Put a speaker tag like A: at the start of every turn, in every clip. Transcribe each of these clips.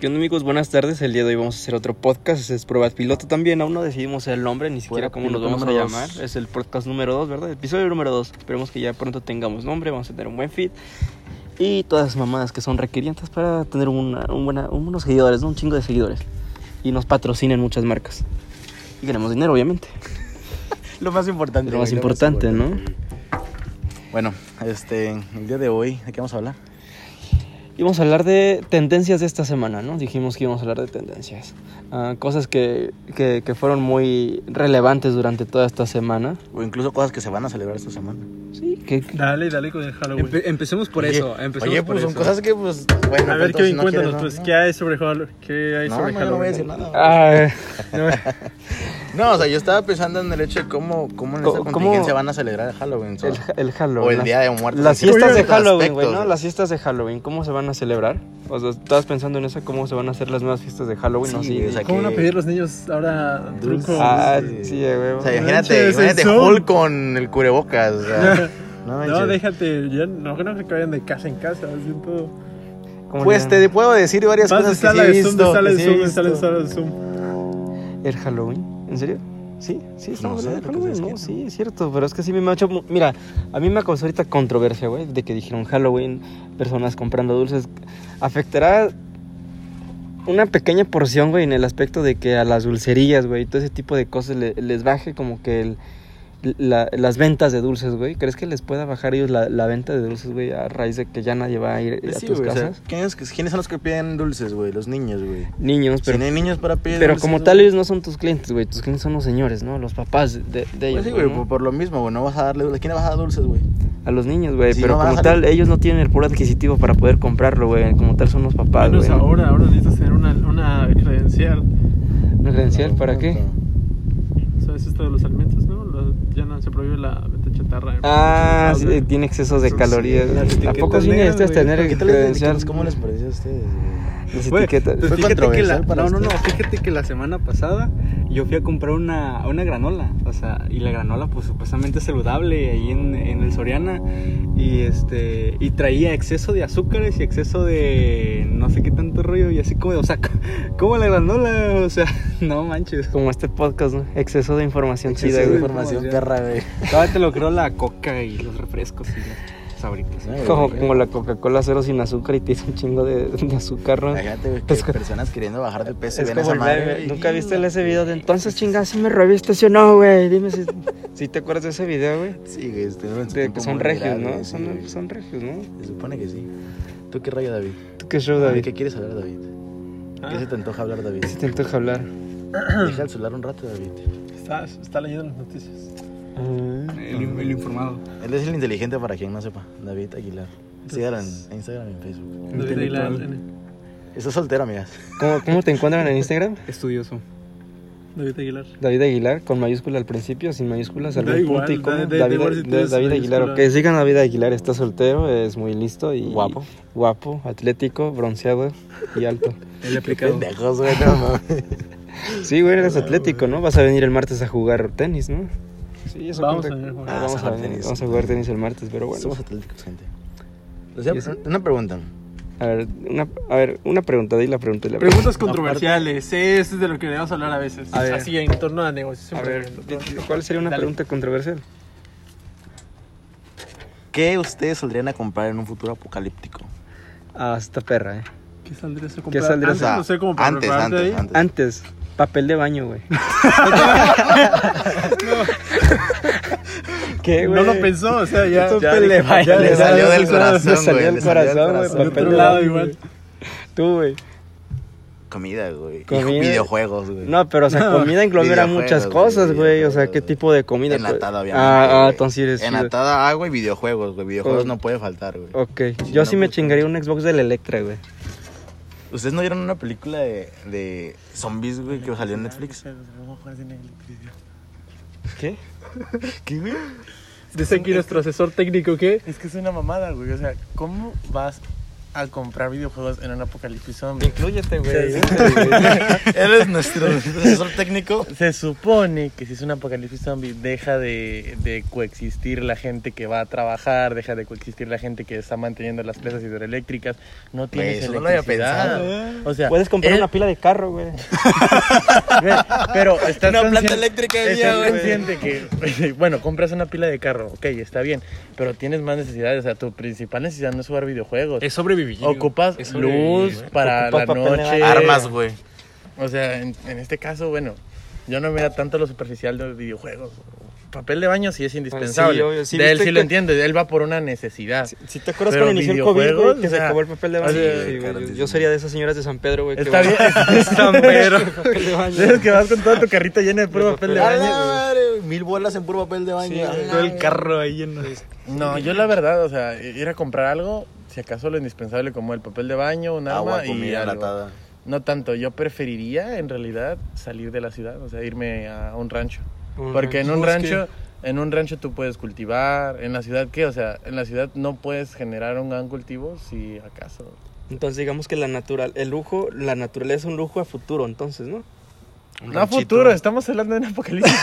A: ¿Qué onda amigos? Buenas tardes. El día de hoy vamos a hacer otro podcast. Es prueba piloto también. Aún no decidimos el nombre, ni siquiera
B: Prueba
A: cómo nos
B: piloto
A: vamos a
B: número
A: llamar.
B: dos.
A: Es el podcast número 2, ¿verdad? Episodio número 2. Esperemos que ya pronto tengamos nombre, vamos a tener un buen feed. Y todas las mamadas que son requirientes para tener una- un buena- unos seguidores, ¿no? un chingo de seguidores. Y nos patrocinen muchas marcas. Y ganemos dinero, obviamente.
B: Lo más importante.
A: Lo más
B: güey,
A: importante, ¿no?
B: Bueno, este, el día de hoy, ¿de qué vamos a hablar?
A: Íbamos a hablar de tendencias de esta semana, ¿no? Dijimos que íbamos a hablar de tendencias. Ah, cosas que, que- que fueron muy relevantes durante toda esta semana.
B: O incluso cosas que se van a celebrar esta semana.
A: Sí, que... que-
C: Dale, dale con el Halloween.
D: Empe- empecemos por eso. Empecemos
B: Oye,
D: por
B: pues son
D: eso.
B: cosas que, pues, bueno.
C: a ver,
B: qué
C: Kevin, cuéntanos, pues, ¿qué hay sobre Halloween? ¿Qué hay
B: No, no,
C: sobre
B: yo no
C: Halloween?
B: voy a decir nada.
A: Ah,
B: No, o sea, yo estaba pensando en el hecho de cómo, cómo en esta
A: ¿Cómo-
B: contingencia
A: cómo-
B: van a celebrar el Halloween.
A: el,
B: ¿sabes?
A: el Halloween.
B: o el
A: las-
B: Día de Muertos.
A: Las
B: en
A: fiestas de
B: ciertos
A: Halloween, güey,
B: aspectos,
A: ¿no? Las fiestas de Halloween, ¿cómo se van a celebrar? O sea, ¿estabas pensando en eso? ¿Cómo se van a hacer las nuevas fiestas de Halloween?
B: Sí,
A: ¿no?
B: güey, o sea,
C: ¿Cómo van
B: que-
C: a pedir los niños ahora trucos? Este,
A: Ah,
B: sí.
A: sí, güey.
B: O sea,
C: No
B: imagínate,
C: manches,
B: imagínate
C: el Zoom.
B: Hulk con el cubrebocas. o sea, no,
C: no,
B: manches.
C: déjate, ya no creo que vayan de casa en casa, siento...
A: ¿Cómo
B: Pues
A: le
B: te
A: llaman?
B: puedo decir varias
C: Vas de
B: cosas que sí
C: sala
B: he
C: de Zoom, de
B: visto.
C: sala
B: que
C: de
B: sí he
C: Zoom, de sala de
B: visto.
C: sala de Zoom.
A: ¿El Halloween? ¿En serio? Sí, sí,
B: Pues No
A: estamos
B: sé,
A: hablando
B: lo que
A: de
B: sea,
A: Halloween, ¿no?
B: es que
A: Sí, es cierto, pero es que sí me ha hecho... mu- Mira, a mí me causó ahorita controversia, güey, de que dijeron Halloween, personas comprando dulces. ¿Afectará una pequeña porción, güey, en el aspecto de que a las dulcerías, güey, y todo ese tipo de cosas le- les baje como que el- la- las ventas de dulces, güey? ¿Crees que les pueda bajar ellos la, la venta de dulces, güey, a raíz de que ya nadie va a ir eh, a
B: Pues Sí,
A: tus
B: güey, o sea,
A: casas?
B: ¿quiénes, ¿Quiénes son los que piden dulces, güey? Los niños, güey.
A: Niños,
B: Si
A: pero...
B: no hay niños para pedir
A: Pero
B: dulces,
A: como
B: güey.
A: tal ellos no son tus clientes, güey. Tus clientes son los señores, ¿no? Los papás de, de ellos.
B: Pues sí, güey,
A: ¿no?
B: por, por lo mismo, güey. No vas a darle dulces. ¿A quién le vas a dar dulces, güey?
A: A los niños, güey.
B: Sí,
A: pero
B: no van a
A: como
B: salir.
A: tal ellos no tienen el poder adquisitivo para poder comprarlo, güey. Como tal son los papás,
C: Menos
A: güey. ¿no?
C: ahora, ahora necesitas tener una, una credencial.
A: ¿Una credencial
B: Claro,
A: para qué?
B: claro.
C: ¿Sabes esto de los alimentos, no? Lo- ya no se prohíbe la venta chatarra.
A: Ah,
C: Entonces,
A: sí,
C: ahora-
A: tiene excesos de
B: Sí,
A: calorías.
C: las
A: güey. Tampoco
C: etiquetas
A: sí
C: negras,
A: necesitas
C: güey.
A: tener
B: ¿Qué tal les-
A: credencial.
B: ¿Cómo les pareció a ustedes, güey?
A: Las
D: Güey,
A: etiquetas.
D: pues
B: Fue
D: fíjate que la,
B: controversial para
D: no, no, no,
B: ustedes.
D: fíjate que la semana pasada yo fui a comprar una, una granola, o sea, y la granola pues supuestamente es saludable ahí en, en el Soriana y este y traía exceso de azúcares y exceso de no sé qué tanto rollo y así como, de, o sea, como la granola, o sea, no manches.
A: Como este podcast, ¿no? Exceso de información
D: Sí,
B: Sí,
A: chida,
D: Exceso de
A: güey.
B: información
D: información.
B: perra, güey.
D: Todavía te lo creo la coca y los refrescos y las sabritas.
B: No, güey,
A: Como,
B: güey.
A: como la Coca-Cola cero sin azúcar y te hizo un chingo de, de azúcar, ¿no?
B: Imagínate, güey, que
A: Pues-
B: personas queriendo bajar de peso y
A: Es
B: ven a
A: como
B: esa
A: el
B: madre.
A: meme,
B: güey.
A: Nunca viste ese video de entonces, chingada, si me reviste, sí o no, güey. Dime si, si te acuerdas de ese video, güey.
B: Sí, güey, estuvieron en su
A: De
B: tiempo
A: que son
B: muy
A: regios,
B: viral,
A: ¿no?
B: güey, sí,
A: Son,
B: güey.
A: son regios, ¿no?
B: Se supone que sí. ¿Tú qué rayo, David?
A: ¿Tú qué show,
B: ¿De
A: David?
B: qué quieres hablar, David? ¿Qué
C: Ah,
B: se te antoja hablar, David?
A: ¿Qué se te antoja hablar?
B: Deja el celular un rato, David.
C: está, está leyendo las noticias.
B: Ah.
D: El, el informado.
B: Él es el inteligente para quien no sepa. David Aguilar. Síganlo en Instagram y en Facebook.
C: David Aguilar,
B: Estás soltero, amigas.
A: ¿Cómo, cómo te encuentran en Instagram?
D: Estudioso.
C: David Aguilar.
A: David Aguilar, con mayúscula al principio, sin mayúsculas,
C: Da
A: algún
C: igual,
A: punto y
C: da-
A: coma.
C: da- da
A: David,
C: igual si
A: da-
C: tienes
A: David Aguilar, ok.
C: mayúscula.
A: Sigan a David Aguilar, está soltero, es muy listo y...
B: Guapo.
A: Guapo, atlético, bronceado y alto.
D: El aplicado.
B: Pendejos, güey, no mames.
A: Sí, güey, eres atlético, ¿no? Vas a venir el martes a jugar tenis, ¿no? Sí, eso
C: Vamos
A: cuenta.
C: a venir, Juan.
B: Ah,
A: vamos, a
B: jugar
A: venir,
B: tenis.
A: vamos a jugar tenis el martes, pero bueno.
B: Somos atléticos, gente.
A: Y
B: Les
A: eso-
B: voy a- Una pregunta.
A: A ver, una, a ver, una pregunta, di la pregunta. y La
C: Preguntas controversiales, eso es de lo que debemos hablar a veces.
A: A ver.
C: Así, en torno a negociación.
A: A ver,
C: en
A: di-
C: torno-
A: di- ¿cuál sería una
C: Dale.
A: pregunta controversial?
B: ¿Qué ustedes saldrían a comprar en un futuro apocalíptico?
A: Ah, esta perra, eh.
C: ¿Qué saldrías a comprar?
A: saldrías
C: antes,
B: a-
C: no sé, como para
B: antes,
C: prepararte
B: antes,
C: ahí.
B: antes.
A: Antes, papel de baño, güey. ¿Qué, güey?
C: No lo pensó, o sea, ya.
A: Tú
C: ya
A: pele-
C: dijo,
A: vaya,
C: ya
A: le
B: Le
C: dijo,
B: salió
C: ya
B: del
C: dijo,
B: corazón,
A: le
B: güey.
A: salió
B: le
A: el
B: salió del
A: corazón, güey,
B: corazón.
C: De
A: papel
C: otro
A: de
C: lado
A: baño,
C: igual.
A: Tú, güey.
B: Comida, güey. Y
A: Comida.
B: videojuegos, güey.
A: No, pero, o sea,
C: No.
A: comida engloba
B: Videojuegos,
A: muchas cosas, güey.
B: güey,
A: O sea,
B: videojuegos,
A: ¿qué
B: güey.
A: tipo de comida? pues?
B: Enlatada, obviamente.
A: Ah, ah,
B: güey.
A: entonces eres...
B: Enlatada agua y videojuegos, güey. Videojuegos
A: Oh.
B: no puede faltar, güey.
A: Ok,
B: Sí,
A: yo
B: no,
A: sí me
B: pues,
A: chingaría un Xbox del Electra, güey.
B: ¿Ustedes no vieron una película de, de zombies, güey, que salió en Netflix?
A: ¿Qué?
B: ¿Qué, güey?
C: Dice aquí nuestro asesor técnico que.
E: Es que es una mamada, güey. O sea, ¿cómo vas a comprar videojuegos en un apocalipsis zombie.
A: Inclúyete,
E: Sí.
A: güey.
B: Eres nuestro asesor técnico.
E: Se supone que si es un apocalipsis zombie, deja de, de coexistir la gente que va a trabajar, deja de coexistir la gente que está manteniendo las presas hidroeléctricas, no tienes
B: Eso no lo había
E: electricidad.
B: pensado.
E: o sea,
A: Puedes comprar
E: él-
A: una pila de carro, güey.
E: Güey, Pero estás
B: Una planta
E: conscien-
B: eléctrica de día,
E: Estás
B: güey.
E: consciente que, bueno, compras una pila de carro, ok, está bien, pero tienes más necesidades. O sea, tu principal necesidad no es jugar videojuegos.
F: Es sobrevivir.
E: Ocupas
F: Es sobrevivir,
E: luz
F: güey.
E: para
A: Ocupas
E: la
A: papel de
E: noche.
A: baño.
B: Armas, güey.
E: O sea, en, en este caso, bueno, yo no me da tanto lo superficial de los videojuegos. Papel de baño sí es
A: Pues Sí,
E: indispensable.
A: obvio, sí,
E: de él
A: viste
E: sí lo
A: que-
E: entiende, de él va por una necesidad.
A: Si te acuerdas
E: Pero
A: cuando inició el COVID, güey,
E: videojuegos,
A: que
E: o
A: se
E: sea,
A: acabó el papel de baño.
E: así-
A: Sí, güey, yo- yo sería de esas señoras de San Pedro, güey. que
E: Está
A: van-
E: bien,
A: San Pedro. papel de baño.
E: Sabes que vas con toda tu carrita llena de puro papel de
A: pues,
B: A la
E: baño.
B: madre, güey. Mil bolas en puro papel de baño. Ah, A la
D: Todo el carro ahí en
E: No, yo la verdad, o sea, ir a comprar algo, si acaso lo indispensable como el papel de baño, un arma
B: Agua,
E: y
B: comida
E: algo.
B: enlatada.
E: No tanto, yo preferiría en realidad salir de la ciudad, o sea, irme a un rancho.
A: Un
E: Porque en
F: rancho.
E: un
F: Bosque.
E: rancho, en un rancho tú puedes cultivar, en la ciudad qué, o sea, en la ciudad no puedes generar un gran cultivo si acaso.
A: Entonces digamos que la natural, el lujo, la naturaleza es un lujo a futuro, entonces, ¿no?
F: Un
E: No,
F: ranchito.
E: futuro, estamos hablando de un apocalipsis.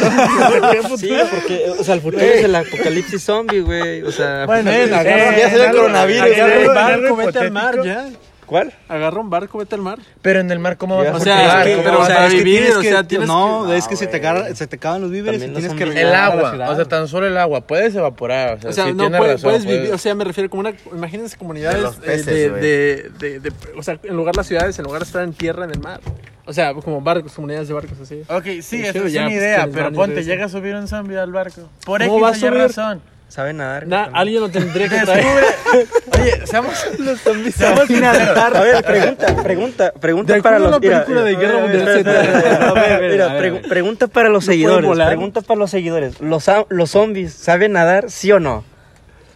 E: ¿Qué futuro?
A: Sí, porque, o sea, el futuro es el apocalipsis zombie, güey. O sea,
E: Bueno,
B: Eh,
E: eh,
B: agarra- ya se
E: en
B: ve el
E: algo-
B: coronavirus,
E: en
B: ya
E: algo-
B: ve el
E: en
B: barco,
E: algo
C: Vete al mar
E: hipotético.
C: ya.
A: ¿cuál?
C: Agarra un barco, vete al mar.
E: Pero en el mar, ¿cómo vas
A: Ya,
E: a
A: o
F: sea,
E: cultivar?
F: es que-
E: ¿Cómo
F: pero, o
E: vas
F: sea,
E: a-
F: es que
C: vivir,
F: tienes
C: o
F: que-
C: sea, tienes
D: No,
A: que-
D: es que
A: no,
D: se te,
A: güey.
D: agarra- se te acaban los víveres
A: También
D: y
A: no
D: tienes
A: son
D: que
A: víveres.
E: El
D: regresar a la
E: agua,
D: ciudad.
E: o sea, tan solo el agua, puedes evaporar, o sea,
C: O sea,
E: sí
C: no
E: tiene
C: puede-
E: razón,
C: puedes
E: puedes-
C: vivir, o sea, me refiero como una, imagínense comunidades
B: De los
C: eh,
B: peces,
C: de,
B: güey.
C: de- de- de- o sea, en lugar de las ciudades, en lugar de estar en tierra, en el mar. O sea, como barcos, comunidades de barcos así.
E: Ok, sí,
C: Pero
E: esa es
C: ya,
E: una
C: pues,
E: idea,
C: que les
E: pero
C: van y
E: ponte,
C: regresan.
E: llega a subir un zombie al barco. Por
C: ¿Cómo
E: X
C: va
E: o
C: a
E: Y
C: subir?
E: razón.
A: ¿Sabe nadar?
C: Na- alguien lo tendría que traer.
E: Descubre. Oye, seamos los zombies. Seamos sinceros.
A: A ver, pregunta, pregunta, pregunta para los
C: una
A: mira,
C: película de
A: mira,
C: Guerra
A: mira,
C: Mundial
A: mira,
C: Z.
A: mira,
C: A ver,
A: mira,
C: a ver,
A: pregu-
C: a ver.
A: pregunta para los
C: puede
A: seguidores,
C: volar?
A: pregunta para los seguidores. ¿Los, a- los zombies saben nadar sí o no?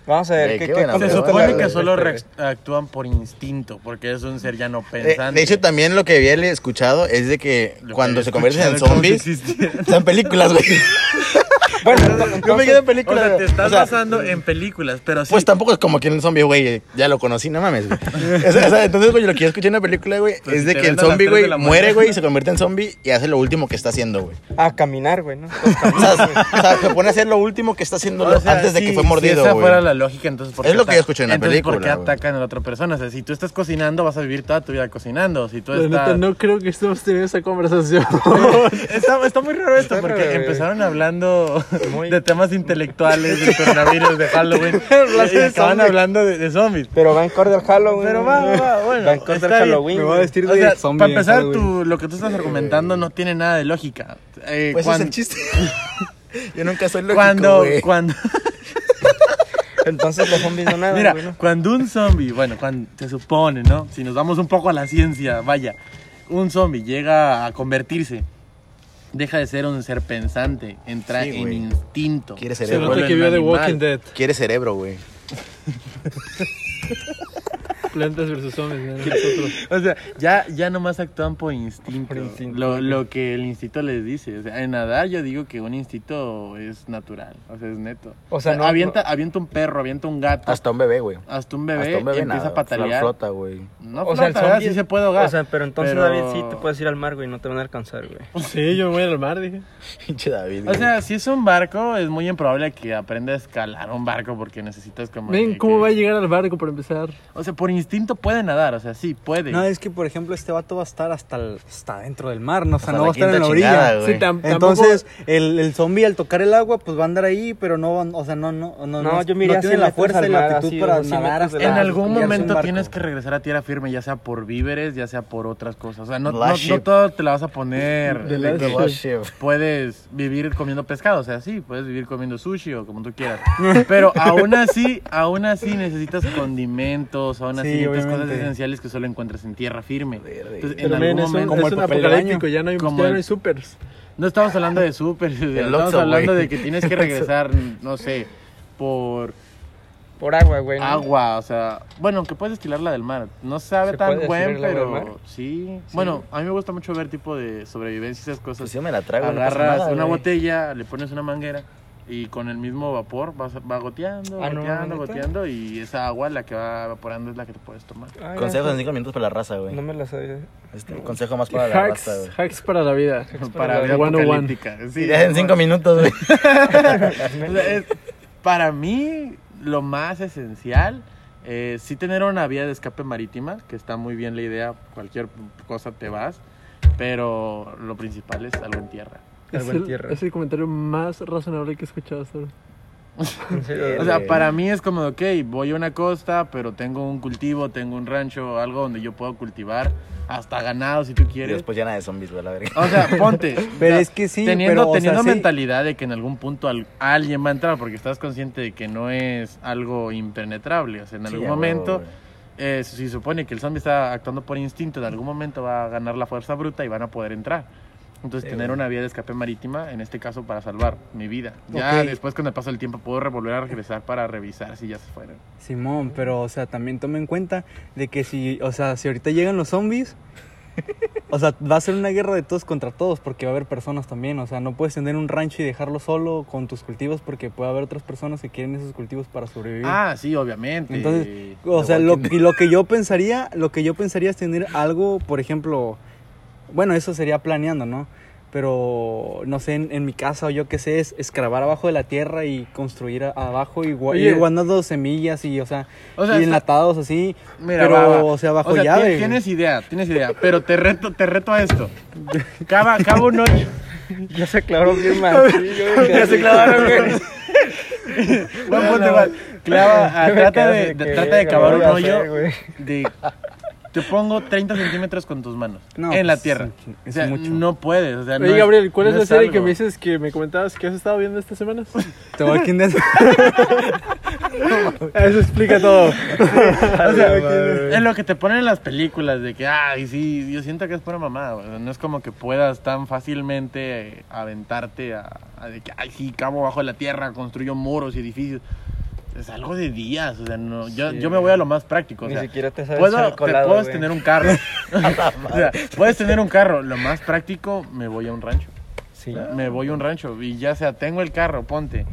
A: Vamos a ver
B: Ey,
A: qué, qué
B: qué buena
E: Se
A: contesta
B: pregunta.
A: la-
E: supone que solo
A: este,
E: re- actúan por instinto, porque es un ser ya no
B: Eh,
E: pensante.
B: de hecho, también lo que había le- escuchado es de que
E: Lo que
B: cuando
E: había
B: se convierten en
E: escuchado, ¿cómo
B: zombies,
E: se existía?
B: son películas, güey.
A: Bueno, entonces-
B: Yo me quedo en
E: O
B: películas.
E: sea,
B: güey.
E: te estás
B: O sea,
E: basando en películas, pero sí.
B: Pues tampoco es como que el zombie, güey, eh, ya lo conocí, no mames, güey. O sea, o sea, entonces, güey, lo que yo escuché en la película, güey,
E: Pues
B: es
E: si
B: de
E: te
B: que el
E: ven a las
B: zombie,
E: tres de
B: güey,
E: la
B: muere,
E: mañana.
B: güey, se convierte en zombie y hace lo último que está haciendo, güey.
A: a caminar, güey, ¿no? Pues,
B: O sea, o sea, se pone a hacer lo último que está haciendo
E: O sea,
B: antes de
E: sí,
B: que fue
E: Si
B: mordido,
E: esa
B: güey.
E: fuera la lógica, entonces ¿por
B: Es
E: qué
B: lo que
E: ata-
B: yo escuché en la
E: entonces, ¿por qué
B: película, güey.
E: atacan a la otra persona? O sea, si tú estás cocinando, vas a vivir toda tu vida cocinando. Si tú
C: La neta,
E: estás...
C: no creo que estemos teniendo esa conversación.
E: Está, está muy raro esto
A: Está
E: porque
A: raro, güey.
E: empezaron hablando
A: Muy-
E: de temas intelectuales, del coronavirus, de Halloween. y
A: de
E: acaban
A: zombies.
E: hablando de, de zombies.
A: Pero va en corte al Halloween.
E: Pero va, va, va, bueno,
A: Va en corte al
E: está bien.
A: Halloween.
D: Me voy a
A: güey.
D: vestir
E: O
D: de
E: sea,
D: zombie.
E: para empezar,
D: güey.
E: tu- lo que tú estás argumentando no tiene nada de lógica. Eh,
B: Pues ese es
E: cuan-
B: el chiste. yo nunca soy lógico,
E: cuando,
B: güey.
E: cuando,
A: Entonces los zombies no nada,
E: mira,
A: güey, ¿no?
E: cuando un zombie, bueno, cuando se supone, ¿no? Si nos vamos un poco a la ciencia, vaya, un zombie llega a convertirse, deja de ser un ser pensante, entra
B: Sí,
E: en
B: güey.
E: instinto.
B: Quiere
E: Se
C: Se
B: cerebro.
C: nota
E: vuelve
C: que
E: un
C: vio The
E: animal.
C: Walking Dead.
B: Quiere cerebro, güey.
C: Plantas versus zombies. ¿no? Nosotros.
E: O sea, ya, ya nomás actúan por instinto. Lo, lo que el instinto les dice. O sea, en nadar yo digo que un instinto es natural. O sea, es neto.
A: O sea, no-
E: avienta, avienta un perro, avienta un gato, hasta,
B: Hasta un bebé, güey.
E: un bebé
B: Hasta un bebé
E: y empieza
B: nada.
E: a patalear.
B: Flota, güey.
E: No, flota, ¿verdad? sí se puede ahogar.
A: O sea, pero entonces
E: Pero-
A: David sí te puedes ir al mar, güey, no te van a alcanzar, güey.
C: Sí, yo me voy al mar, dije.
B: Pinche David,
E: O
B: güey.
E: sea, si es un barco, es muy improbable que aprenda a escalar un barco porque necesitas como...
C: Ven,
E: que-
C: ¿cómo
E: que-
C: va a llegar al barco para empezar?
E: O sea, por instinto puede nadar, o sea, sí, puede.
D: No, es que, por ejemplo, este vato va a estar hasta, el- hasta dentro del mar, ¿no? O sea,
B: Hasta
D: no va
B: la
D: a estar en
B: quinta
D: la orilla.
B: chingada, güey.
C: Sí, tam-
D: Entonces, el, el zombie al tocar el agua, pues va a andar ahí, pero no, van- o sea, no, no, no,
A: No, yo me iría
D: no tiene
A: cien
D: la
A: metros
D: fuerza
A: al
D: y la
A: mar,
D: actitud
A: así,
D: para
A: unos cien
D: nadar.
A: metros de
D: hasta
E: En
A: Claro,
E: algún
D: pillarse un
E: momento
D: barco.
E: tienes que regresar a tierra firme, ya sea por víveres, ya sea por otras cosas. O sea, no, no,
B: Laship.
E: no todo te la vas a poner.
C: De
E: de
C: la-
E: que
B: The Last Ship.
E: Puedes vivir comiendo pescado, o sea, sí, puedes vivir comiendo sushi o como tú quieras. Pero aún así, aún así necesitas condimentos, aún así
D: Sí,
E: necesitas cosas
D: obviamente.
E: esenciales que solo encuentras en tierra firme. Entonces, en
C: Pero
E: algún
C: men, es un,
E: momento,
C: es un apocalíptico, ya no hay,
E: Como
C: ya
E: el-
C: no hay supers.
E: no estamos hablando de súper, estamos
B: Oxxo,
E: hablando
B: güey.
E: de que tienes que regresar, no sé, por
A: Por agua, güey. ¿no?
E: agua, o sea, bueno, aunque puedes destilar la del mar, no sabe
A: ¿Se
E: tan
A: puede
E: buen,
A: destilar el agua del
E: pero sí. Bueno, a mí me gusta mucho ver tipo de sobrevivencia y esas cosas.
A: Pues,
B: Pues yo me la trago, no pasa
E: Agarras
B: nada,
E: una
B: güey.
E: botella, le pones una manguera, y con el mismo vapor va, va goteando,
A: Ah, no,
E: goteando,
A: ¿neta?
E: goteando y esa agua la que va evaporando es la que te puedes tomar.
A: Ay,
B: Consejos en
A: no,
B: 5 minutos para la raza, güey.
A: Ah, no me la sabía.
B: Este, consejo más para la
C: Hacks,
B: raza, güey.
C: hacks para la vida.
E: Para
C: la
E: vida
C: one on one.
E: apocalíptica. Sí,
B: Ya en 5 minutos, güey.
E: O sea, es- para mí, lo más esencial, eh, sí tener una vía de escape marítima, que está muy bien la idea, cualquier cosa te vas, pero lo principal es algo en tierra.
C: Es
A: Algo en
C: el,
A: tierra.
C: es el comentario más razonable que he escuchado hasta ahora.
A: En serio.
E: O sea,
B: Eh,
E: para mí es como, ok, voy a una costa, pero tengo un cultivo, tengo un rancho, algo donde yo puedo cultivar hasta ganado si tú
B: Y
E: quieres.
B: después llena de zombies, güey, la verga.
E: O sea, ponte.
F: Pero
E: o sea,
F: es que sí,
E: teniendo,
F: pero, o sea,
E: teniendo
F: sí.
E: mentalidad de que en algún punto al- alguien va a entrar porque estás consciente de que no es algo impenetrable. O sea, en
B: Sí,
E: algún
B: ya,
E: momento,
B: güey.
E: eh, si supone que el zombie está actuando por instinto, en algún momento va a ganar la fuerza bruta y van a poder entrar. Entonces, tener una vía de escape marítima, en este caso, para salvar mi vida. Ya
F: Ok.
E: después, cuando pasa el tiempo, puedo volver a regresar para revisar si ya se fueron.
F: Simón, pero o sea, también toma en cuenta de que si, o sea, si ahorita llegan los zombies, o sea, va a ser una guerra de todos contra todos porque va a haber personas también, o sea, no puedes tener un rancho y dejarlo solo con tus cultivos porque puede haber otras personas que quieren esos cultivos para sobrevivir.
E: Ah, sí, obviamente.
F: Entonces, o sea, lo, y lo que yo pensaría, lo que yo pensaría es tener algo, por ejemplo, bueno, eso sería planeando, ¿no? Pero, no sé, en, en mi casa o yo qué sé, es escrabar abajo de la tierra y construir a- abajo y, gua-
C: Oye.
F: y guardando semillas y, o sea,
E: O sea,
F: y
E: está-
F: enlatados así,
E: Mira,
F: pero,
E: va, va.
F: o sea, bajo
E: O sea, ti-
F: llave.
E: Tienes idea, tienes idea, pero te reto, te reto a esto. Cava, cava un hoyo.
A: Ya se aclaró bien mal.
E: Ya se clavaron, güey. Buen punto, igual. Clava, ah, trata de, de- trata de cavar un hoyo de... Te pongo 30 centímetros con tus manos
F: No,
E: en la
F: pues,
E: tierra.
F: es
E: O sea,
F: mucho.
E: no puedes. O sea, no
C: Oye,
E: es-
C: Gabriel, ¿cuál
E: no
C: es la serie que
E: algo.
C: me dices que me comentabas que has estado viendo estas semanas?
F: The Walking Dead.
C: Eso explica todo.
E: O sea, es lo que te ponen en las películas de que, ay, sí, yo siento que es pura mamada. güey. O sea, no es como que puedas tan fácilmente eh, aventarte a, a de que, ay, sí, cabo bajo la tierra, construyo muros y edificios. Es algo de días, o sea, no, yo, yo me voy a lo más práctico. o
A: Ni
E: sea,
A: siquiera te sabes
E: puedo,
A: echar
E: te
A: colado,
E: puedes
A: güey.
E: tener un carro. o sea, puedes tener un carro. Lo más práctico, me voy a un rancho.
A: Sí.
E: Me voy a un rancho y ya sea, tengo el carro, ponte.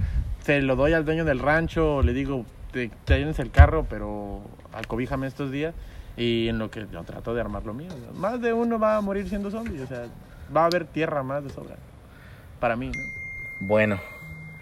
E: Se lo doy al dueño del rancho, le digo, te, te tienes el carro, pero acobíjame estos días. Y en lo que lo trato de armar lo mío. o sea, Más de uno va a morir siendo zombie, o sea, va a haber tierra más de sobra. Para mí, ¿no?
B: Bueno.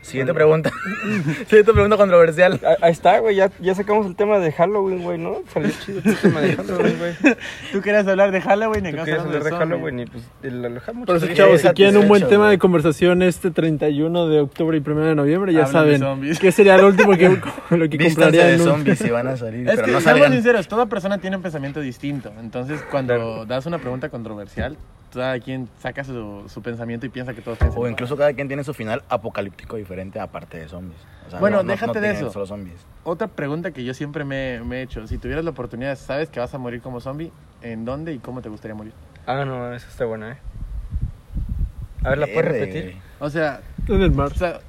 B: Siguiente pregunta. Siguiente pregunta controversial.
A: Ah, Ahí está, güey. Ya, ya sacamos el tema de Halloween, güey, ¿no? Salió chido el tema de Halloween, güey. Tú
E: Tú querías hablar de Halloween, y
A: querías hablar de Halloween y pues el alojar mucho.
C: Por eso,
B: Sí,
C: chavos, si quieren un buen
B: satisfecho,
C: tema
B: güey.
C: de conversación este 31 de octubre y 1 de noviembre, ya
E: Hablen de
C: saben.
E: zombies.
C: ¿Qué sería lo último que, lo que
B: Vístanse
C: compraría
B: de
C: en un-
B: zombies si van a salir,
E: Es
B: pero
E: que,
B: no
E: seamos
B: salgan.
E: sinceros, toda persona tiene un pensamiento distinto. Entonces, cuando das una pregunta controversial, cada quien saca su, su pensamiento y piensa que todos piensan.
B: O
E: igual.
B: incluso cada quien tiene su final apocalíptico diferente aparte de zombies. O sea,
E: Bueno,
B: no- no- no
E: déjate de
B: tienen
E: eso.
B: Solo zombies.
E: Otra pregunta que yo siempre me, me he hecho, si tuvieras la oportunidad, ¿sabes que vas a morir como zombie? ¿En dónde y cómo te gustaría morir?
A: Ah, no, esa está buena, eh. A ver, ¿la puedes
B: Verde,
A: repetir?
E: O sea,
C: en el mar?
E: o sea,
B: güey.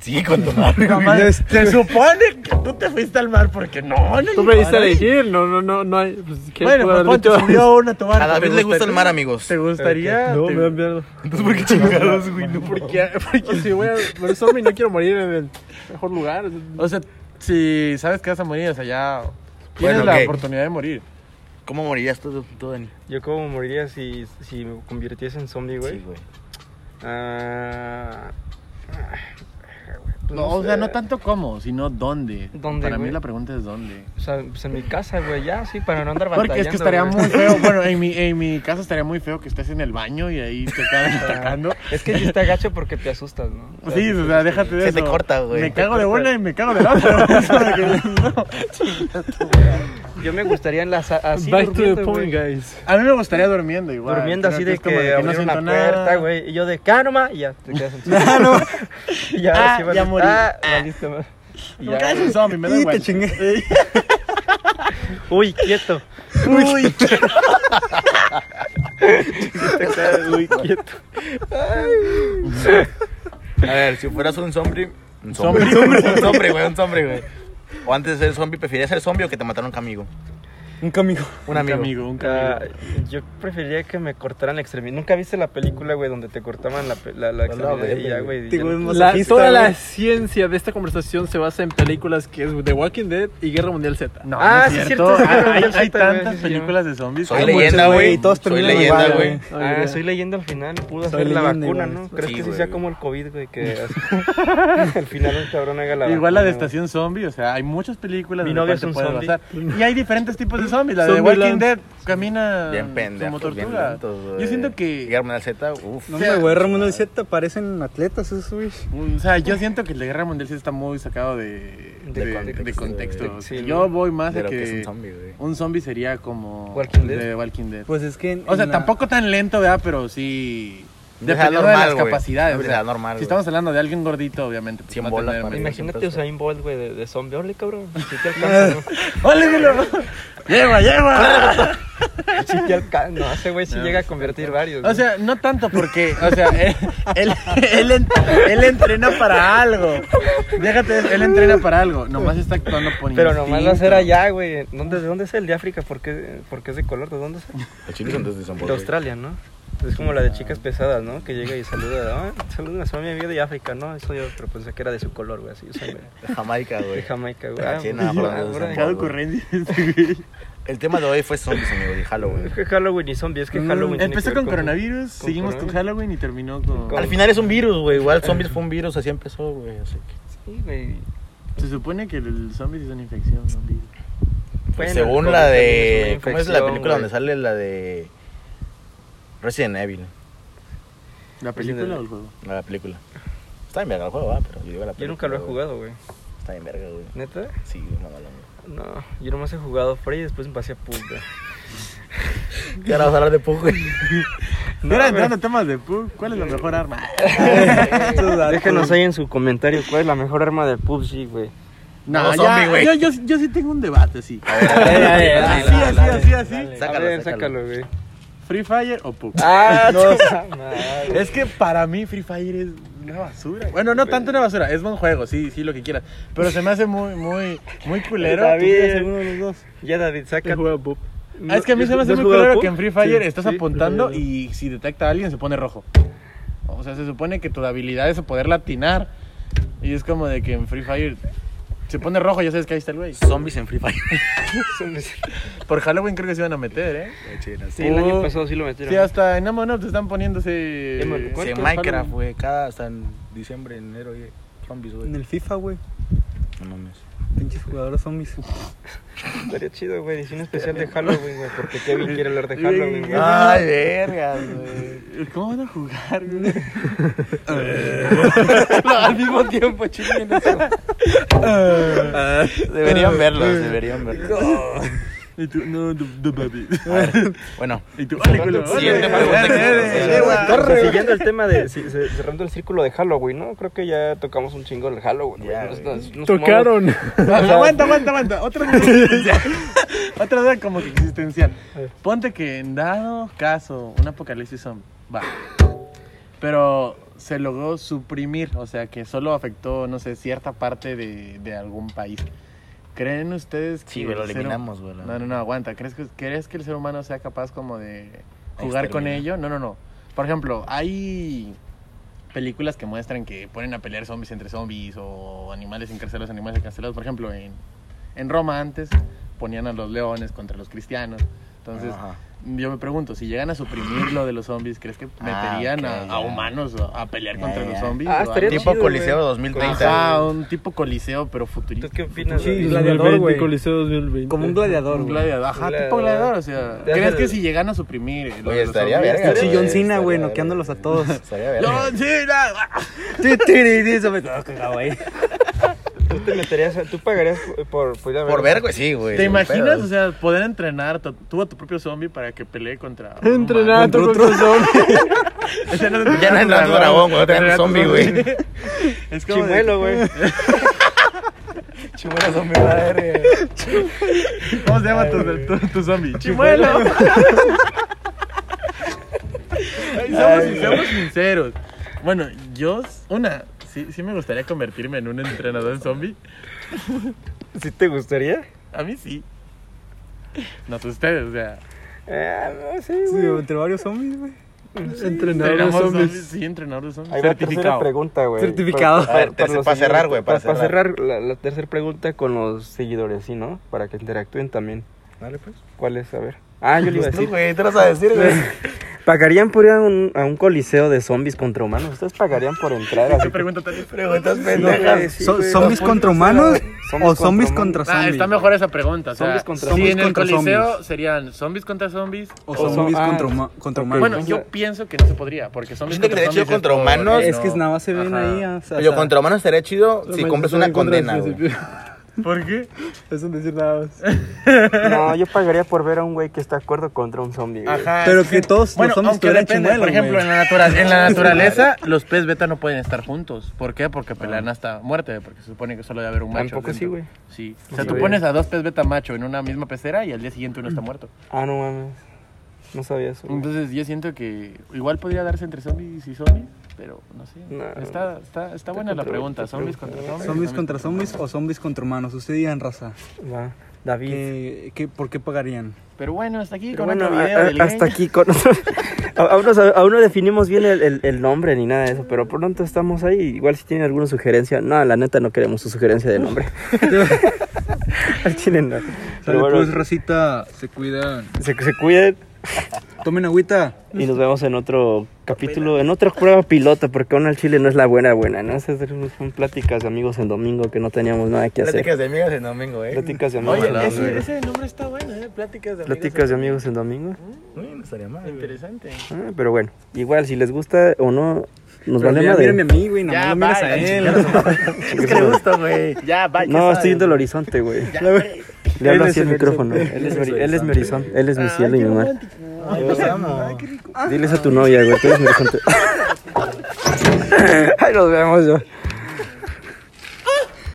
B: Sí, con tu madre.
E: no mames, se supone que tú te fuiste al mar porque no, no
C: Tú me diste a
E: llegaron.
C: elegir, no, no, no, no hay. Pues, ¿qué
E: Bueno,
C: puedo
E: pues
C: haber
E: ponte,
C: dicho?
E: subió una a tu barco,
B: A David
E: ¿te
B: le gusta el
E: gustaría?
B: mar, amigos.
E: ¿Te gustaría?
C: No,
E: Te-
C: me da miedo.
B: Entonces, ¿por qué chingados, güey? No,
C: Porque, porque si Oh, voy a morir zombie, no quiero morir en el mejor lugar.
E: O sea, si sabes que vas a morir, o sea, ya tienes
B: Bueno,
E: la
B: ok.
E: oportunidad de morir.
B: ¿Cómo morirías tú, tú, Dani?
A: Yo como moriría si, si me convirtiese en zombie, güey.
B: Sí, güey.
A: Ah, pues,
E: No, o sea, no tanto cómo, sino dónde.
A: ¿Dónde,
E: Para mí
A: güey?
E: la pregunta es dónde.
A: o sea, pues en mi casa, güey, ya, sí, para no andar batallando.
E: Porque es que estaría
A: güey.
E: muy feo. Bueno, en mi, en mi caso estaría muy feo que estés en el baño y ahí te acaban
A: Ah.
E: atacando.
A: Es que si te agacho porque te asustas, ¿no?
E: Sí, o sea, déjate de
B: Se
E: eso.
B: te corta, güey.
E: Me cago de una y me cago de la otra. Eso de que- no.
A: Yo me gustaría en las así
C: Back to the
A: durmiendo,
C: point,
A: güey.
C: guys.
E: A mí me gustaría durmiendo igual.
A: Durmiendo
E: Creo
A: así de
E: es como
A: que,
E: no
A: abrieron la
E: siento nada.
A: puerta, güey. Y yo de karma, y ya te quedas en Y ya,
E: Ah,
A: sí, vale-
E: ya morí.
A: Ah, valiste madre. Y
E: Me
A: ya,
E: caes un zombie, me da
F: Y
E: igual.
F: te chingué.
A: güey. Uy, quieto.
E: Uy,
A: Te quedas, Uy, quieto.
B: A ver, si fueras un zombie. Un zombie. un zombie, güey, un zombie, güey. O antes de ser zombie, ¿prefieres ser zombie o que te mataron un amigo?
F: Un camión.
B: Un amigo.
E: un
A: Ah, yo preferiría que me cortaran la extremidad. ¿Nunca viste la película, güey, donde te cortaban la, pe- la, la extremidad? y
B: güey,
A: ya, güey, y
F: Te
A: ya-
F: güey,
E: Pues
C: La-
F: masoquista,
C: toda la
F: güey.
C: ciencia de esta conversación se basa en películas que es The Walking Dead y Guerra Mundial Z.
E: No,
A: Ah,
E: no
A: sí es
E: es
A: cierto, sí,
E: cierto. hay,
A: sí,
E: hay
A: sí, güey,
E: tantas
A: sí, sí.
E: películas de zombies.
B: Soy
E: Hay
B: leyenda,
F: muchos, güey,
B: güey.
F: y todos
B: Soy
F: terminan
B: leyenda,
F: igual,
B: güey.
C: Ay,
A: Ah,
C: mira.
A: soy leyenda al final. Pudo
F: Soy
A: hacer la
F: leyenda
A: vacuna,
F: igual.
A: ¿no? ¿Crees
B: Sí,
A: que sí
B: güey.
A: sea como el COVID, güey? Que al final un cabrón haga la
E: Igual la
A: vacuna, güey?
E: de Estación Zombie, o sea, hay muchas películas
A: Mi novio
E: donde cual
A: es
E: te
A: un
E: puedes
A: zombie.
E: basar. Y hay diferentes tipos de zombies. La de
C: Zombieland.
E: Walking Dead camina
B: Bien pendejo.
E: Ah, como tortuga. Yo siento que.
B: Guillermo del Z, uff.
F: No, hombre, güey, Ramón del Z parecen atletas esos, güey.
E: O sea, yo siento que la guerra mundial sí está muy sacado de,
A: De
E: de,
A: contexto.
E: de contexto.
A: Sí,
E: O sea,
A: ¿no?
E: yo voy más
B: De
E: a
B: lo
E: que,
B: que es un zombie, güey.
E: un zombie sería como
A: Walking
E: el de
A: Dead.
E: Walking Dead.
F: Pues es que. en-
E: o sea,
F: en la-
E: tampoco tan lento, ¿verdad? Pero sí.
B: Una edad
E: Dependiendo
B: normal,
E: de las
B: güey.
E: capacidades.
B: Una
E: o sea,
B: edad normal,
E: Si
B: güey.
E: estamos hablando de alguien gordito, obviamente. pues,
B: Cien
E: va a
B: bolas
E: tener
B: para
E: menos.
A: Imagínate Usain Bolt, güey, de, de zombie. Órale, cabrón. Si te alcanza, ¿no?
E: ¡Ole, míralo! ¡Lleva, lleva!
A: Si te alcanza. No, ese güey sí llega a convertir varios.
E: O
A: güey.
E: sea, no tanto porque, o sea, él, él, él en- él entrena para algo. Déjate, eso, él entrena para algo. Nomás está actuando por
A: Pero nomás
E: instinto.
A: lo hacer allá, güey. ¿Dónde, ¿De dónde es el de África? ¿Por qué, por qué es de color? ¿De dónde es?
B: Los chinos son desde San
A: De Australia, ¿no? Es como la de
B: Ah.
A: chicas pesadas, ¿no? Que llega y saluda. Ah, saluda, soy mi amigo de África, ¿no? Eso yo, pero pensé que era de su color, güey. Así, o sea, güey,
B: Jamaica,
A: de
B: güey.
A: Jamaica, güey.
B: Ah,
A: Ah,
B: sí,
A: güey,
B: no, pero
A: ah,
B: no,
A: güey.
B: no,
E: Cada
B: no.
E: ocurrencia este güey.
B: El tema de hoy fue zombies, amigo, de
A: Es
B: Halloween.
A: que Halloween y zombies, es que Halloween. tiene que
E: Empezó
A: ver
E: con coronavirus,
A: con
E: seguimos con
A: coronavirus.
E: Halloween y terminó con...
A: Con-
B: Al final es un virus, güey. Igual zombies fue un virus, así empezó, güey. Así que...
A: Sí, güey.
E: Se supone que el zombie es una infección, ¿no?
A: Bueno,
B: Según
A: el
B: la
A: COVID también
B: de.
A: una
B: ¿Cómo es la
A: infección,
B: película
A: güey.
B: donde sale la de. Resident Evil?
E: ¿La película o el juego?
B: La película. Está en verga el juego, ¿ah? Pero yo digo la película.
A: Yo nunca lo he
B: güey.
A: jugado, güey.
B: Está en verga, güey.
A: ¿Neta?
B: Sí, güey, mamá. la mía.
A: No, yo nomás he jugado Freddy y después me pasé a PUBG. güey.
B: Y ahora vas a hablar de Pug, güey.
A: No,
E: Ahora
A: güey.
E: entrando a temas de Pug, ¿cuál es la mejor arma?
A: Déjenos ahí en su comentario cuál es la mejor arma de PUBG, güey.
E: No,
B: No, zombie,
E: ya,
B: güey.
E: yo, yo, yo sí tengo un debate, sí.
B: dale, dale,
E: Así,
B: dale,
E: así, así, así.
A: A ver, sácalo, güey.
E: ¿Free Fire o Pug?
A: Ah,
E: Es que para mí Free Fire es una basura. Bueno, no tanto una basura, es buen juego, sí, sí, lo que quieras. Pero se me hace muy, muy, muy culero.
A: Está bien.
E: Tú-
F: Uno de los dos.
A: Ya, David, saca.
E: Ah, es que a mí se me hace
A: ¿No has
E: muy
A: jugado
E: culero
A: Pug?
E: que en Free Fire estás
C: sí,
E: apuntando
C: Free Fire,
E: y si detecta a alguien se pone rojo. O sea, se supone que tu habilidad es poder latinar. Y es como de que en Free Fire se pone rojo, ya sabes que ahí está el güey.
B: Zombies en Free Fire.
E: Por Halloween creo que se iban a meter, ¿eh?
A: Sí, el año
E: Uh,
A: pasado sí lo
E: Sí,
A: metieron.
E: hasta en Among Us te están poniéndose. eh,
A: Among Us.
B: Sí, Eh, en Minecraft, güey. Cada hasta en diciembre, enero, güey. Zombies, güey.
F: En el FIFA, güey.
B: No mames.
F: Pinches jugadores zombies.
A: Estaría chido, güey. Hicimos un especial de Halloween, güey. Porque Kevin quiere hablar de Halloween, güey.
B: Ay, vergas, güey.
E: eh, ¿Cómo van a jugar, güey? Eh, Al mismo tiempo, chinguen.
B: Eh, Deberían verlos, deberían verlos.
E: Y tú, no, no, no, baby.
B: Bueno,
E: Y tú, ¡ole, culo! ole,
B: Siguiente
E: ole,
B: pregunta que
E: ole,
B: nos
E: ole,
B: hacen.
E: ole, ole.
A: O sea, siguiendo el tema de si- se- cerrando el círculo de Halloween, ¿no? Creo que ya tocamos un chingo el Halloween. güey.
B: Ya,
A: Nos-
B: güey.
A: nos- nos
F: Tocaron.
B: Ah,
E: aguanta, aguanta, aguanta. Otra duda. Otra duda como que existencial. Ponte que en dado caso, un apocalipsis zombie. Va. Pero se logró suprimir, o sea que solo afectó, no sé, cierta parte de, de algún país. ¿Creen ustedes que
B: sí, güey, lo
E: el ser-
B: eliminamos, güey. la-
E: No, no, no, aguanta. ¿Crees que, ¿Crees que el ser humano sea capaz como de jugar con
B: Exterminar.
E: ello? No, no, no. Por ejemplo, hay películas que muestran que ponen a pelear zombies entre zombies o animales encarcelados, animales encarcelados. Por ejemplo, en, en Roma antes ponían a los leones contra los cristianos. Entonces,
B: Ajá.
E: yo me pregunto, si llegan a suprimir lo de los zombies, ¿crees que
B: Ah,
E: meterían
B: ok,
E: a- a,
B: ya.
E: humanos a, a pelear
B: Ya,
E: contra
B: ya,
E: los
B: ya.
E: zombies?
A: Ah,
E: o
A: estaría
E: algo?
B: Tipo
A: chido,
B: Coliseo
A: güey.
B: 2030.
E: Ajá, un tipo coliseo, pero futurista.
A: ¿Tú qué opinas?
F: Sí,
A: güey?
F: gladiador, güey.
C: 2020, Coliseo 2020.
F: Como un gladiador,
E: Un
F: güey.
E: gladiador, ajá,
A: Gladiador.
E: tipo gladiador, o sea,
A: Ya
E: ¿crees
A: se-
E: que si llegan a suprimir eh, lo
B: Oye,
E: de los
B: estaría
E: zombies?
B: verga.
F: Sí,
B: güey,
F: John Cena,
B: estaría
F: güey,
B: verga.
F: noqueándolos a todos.
B: Estaría verga.
E: ¡John Cena!
F: Ti, ti, ri, ri, se me estaba cagado, güey.
A: Tú te meterías, tú pagarías por, por ir a
B: Por ver, güey, sí, güey.
E: ¿Te
B: sin
E: imaginas,
B: pedos.
E: o sea, poder entrenar to- tú a tu propio zombie para que pelee contra un
C: Entrenar
E: humano?
C: tu propio zombie.
E: Ya no
B: Ya no entra tu dragón, güey, entra un zombie, güey.
E: Es como de-
A: Chimuelo, güey.
B: Chimuelo zombie, madre.
E: ¿Cómo se llama tu, tu, tu zombie? ¡Chimuelo! Ay, seamos, seamos sinceros. Bueno, yo, una, sí, sí me gustaría convertirme en un entrenador zombie.
A: ¿Sí te gustaría?
E: A mí sí. No tú ustedes, o sea.
A: Eh, no, sí,
F: Sí,
A: güey.
F: entre varios zombies, güey.
C: Entrenador de
E: Entrenamos
C: zombies.
E: zombies, Sí, entrenador de zombies.
A: Ahí va la tercera
E: Certificado.
A: pregunta, güey.
F: Certificado.
A: Para- para-
B: A ver, tercer-
A: los
B: para cerrar,
A: seguidores,
B: güey, para
A: para cerrar la, la tercera pregunta con los seguidores, ¿sí, no? Para que interactúen también.
B: Dale, pues.
A: ¿Cuál es? A ver. Ah, yo le iba a
B: Tú,
A: decir.
B: güey, te vas a decir, güey.
A: ¿Pagarían por ir a un, a un coliseo de zombies contra humanos? ¿Ustedes pagarían por entrar? Así?
E: Pregunta también.
B: Preguntas
A: güey,
B: pendejas.
A: sí,
F: ¿Son-
A: güey.
F: ¿Zombies contra humanos
A: Zombies
F: o zombies
A: contra
F: contra
E: Ah,
F: zombies?
E: está mejor esa pregunta. O sea,
A: Zombies contra
E: si
F: zombies.
E: en el
F: Contra
E: coliseo
F: zombies.
E: serían zombies contra zombies.
F: O
A: O
F: zombies
A: son-
F: contra,
A: ah,
F: huma- contra
A: ok.
F: humanos.
E: Bueno,
A: entonces-
E: yo pienso que no se podría, porque zombies
B: Gente que
E: contra
B: de hecho
E: zombies
B: contra
E: por-
B: humanos-
F: es
B: no.
F: que nada más se ven
E: Ajá.
F: ahí. o sea,
B: Yo
F: está-
B: contra humanos estaría chido si cumples una condena, güey.
E: ¿Por qué?
F: Es un decir nada más.
A: No, yo pagaría por ver a un güey que está acuerdo contra un zombie. güey.
E: Ajá.
F: Pero
E: es
F: que todos los
E: bueno,
F: zombies
E: aunque
F: tuvieran
E: depende,
F: chimuelo,
E: por ejemplo,
F: güey.
E: en la, natura- en la naturaleza, los pez beta no pueden estar juntos. ¿Por qué? Porque pelean hasta muerte, porque se supone que solo debe haber un macho.
A: Tampoco sí,
E: dentro.
A: güey.
E: Sí. O sea,
A: Sí,
E: tú
A: güey.
E: pones a dos pez beta macho en una misma pecera y al día siguiente uno está muerto.
A: Ah, no mames. No sabía eso. güey.
E: Entonces yo siento que igual podría darse entre zombies y zombies, pero no sé.
A: No.
E: Está, está, está buena la
A: contra-
E: pregunta.
A: te
E: Zombies contra
A: pregunto.
E: zombies.
F: ¿Zombies contra zombies o zombies contra humanos? Ustedes digan raza.
A: Va. David.
F: ¿Qué, qué, por qué pagarían?
E: Pero bueno, hasta aquí
A: Pero
E: con
A: bueno,
E: otro video
A: a- a-
E: del
A: hasta
E: game.
A: aquí con... a- aún, no sabe- aún no definimos bien el, el- el nombre ni nada de eso, pero por pronto estamos ahí. Igual si tienen alguna sugerencia, no, la neta no queremos su sugerencia de nombre. Al chile no. Pero
F: Sale
A: bueno,
F: pues, racita, se cuidan.
A: se, se cuiden
F: Tomen agüita.
A: y nos vemos en otro capítulo, en otra prueba piloto, porque aún al chile no es la buena buena, ¿no? Esas son pláticas de amigos en domingo que no teníamos nada que hacer.
B: Pláticas de amigas en domingo, eh.
A: Pláticas de amigos,
E: Oye,
A: en domingo.
E: ese, ese nombre está bueno, ¿eh? Pláticas de amigos.
A: Pláticas de amigos en domingo.
B: Uy, no estaría mal. güey.
E: Interesante.
A: Ah, pero bueno, igual si les gusta o no, nos
F: Pero
A: vale
F: mira,
A: madre.
F: mírame a mí, güey. Nada
E: Ya,
F: más lo miras
E: bye,
F: a
E: la
F: él.
B: Es que le gusta, güey.
E: Ya, vaya.
A: No, estoy viendo el horizonte, güey. Le hablo así al micrófono. Él es, mi, él es mi horizonte, Ah, él es mi cielo y mi mar.
B: Los amo.
A: Ah. Diles a tu novia, güey, tú eres mi horizonte. Ay, nos vemos, yo.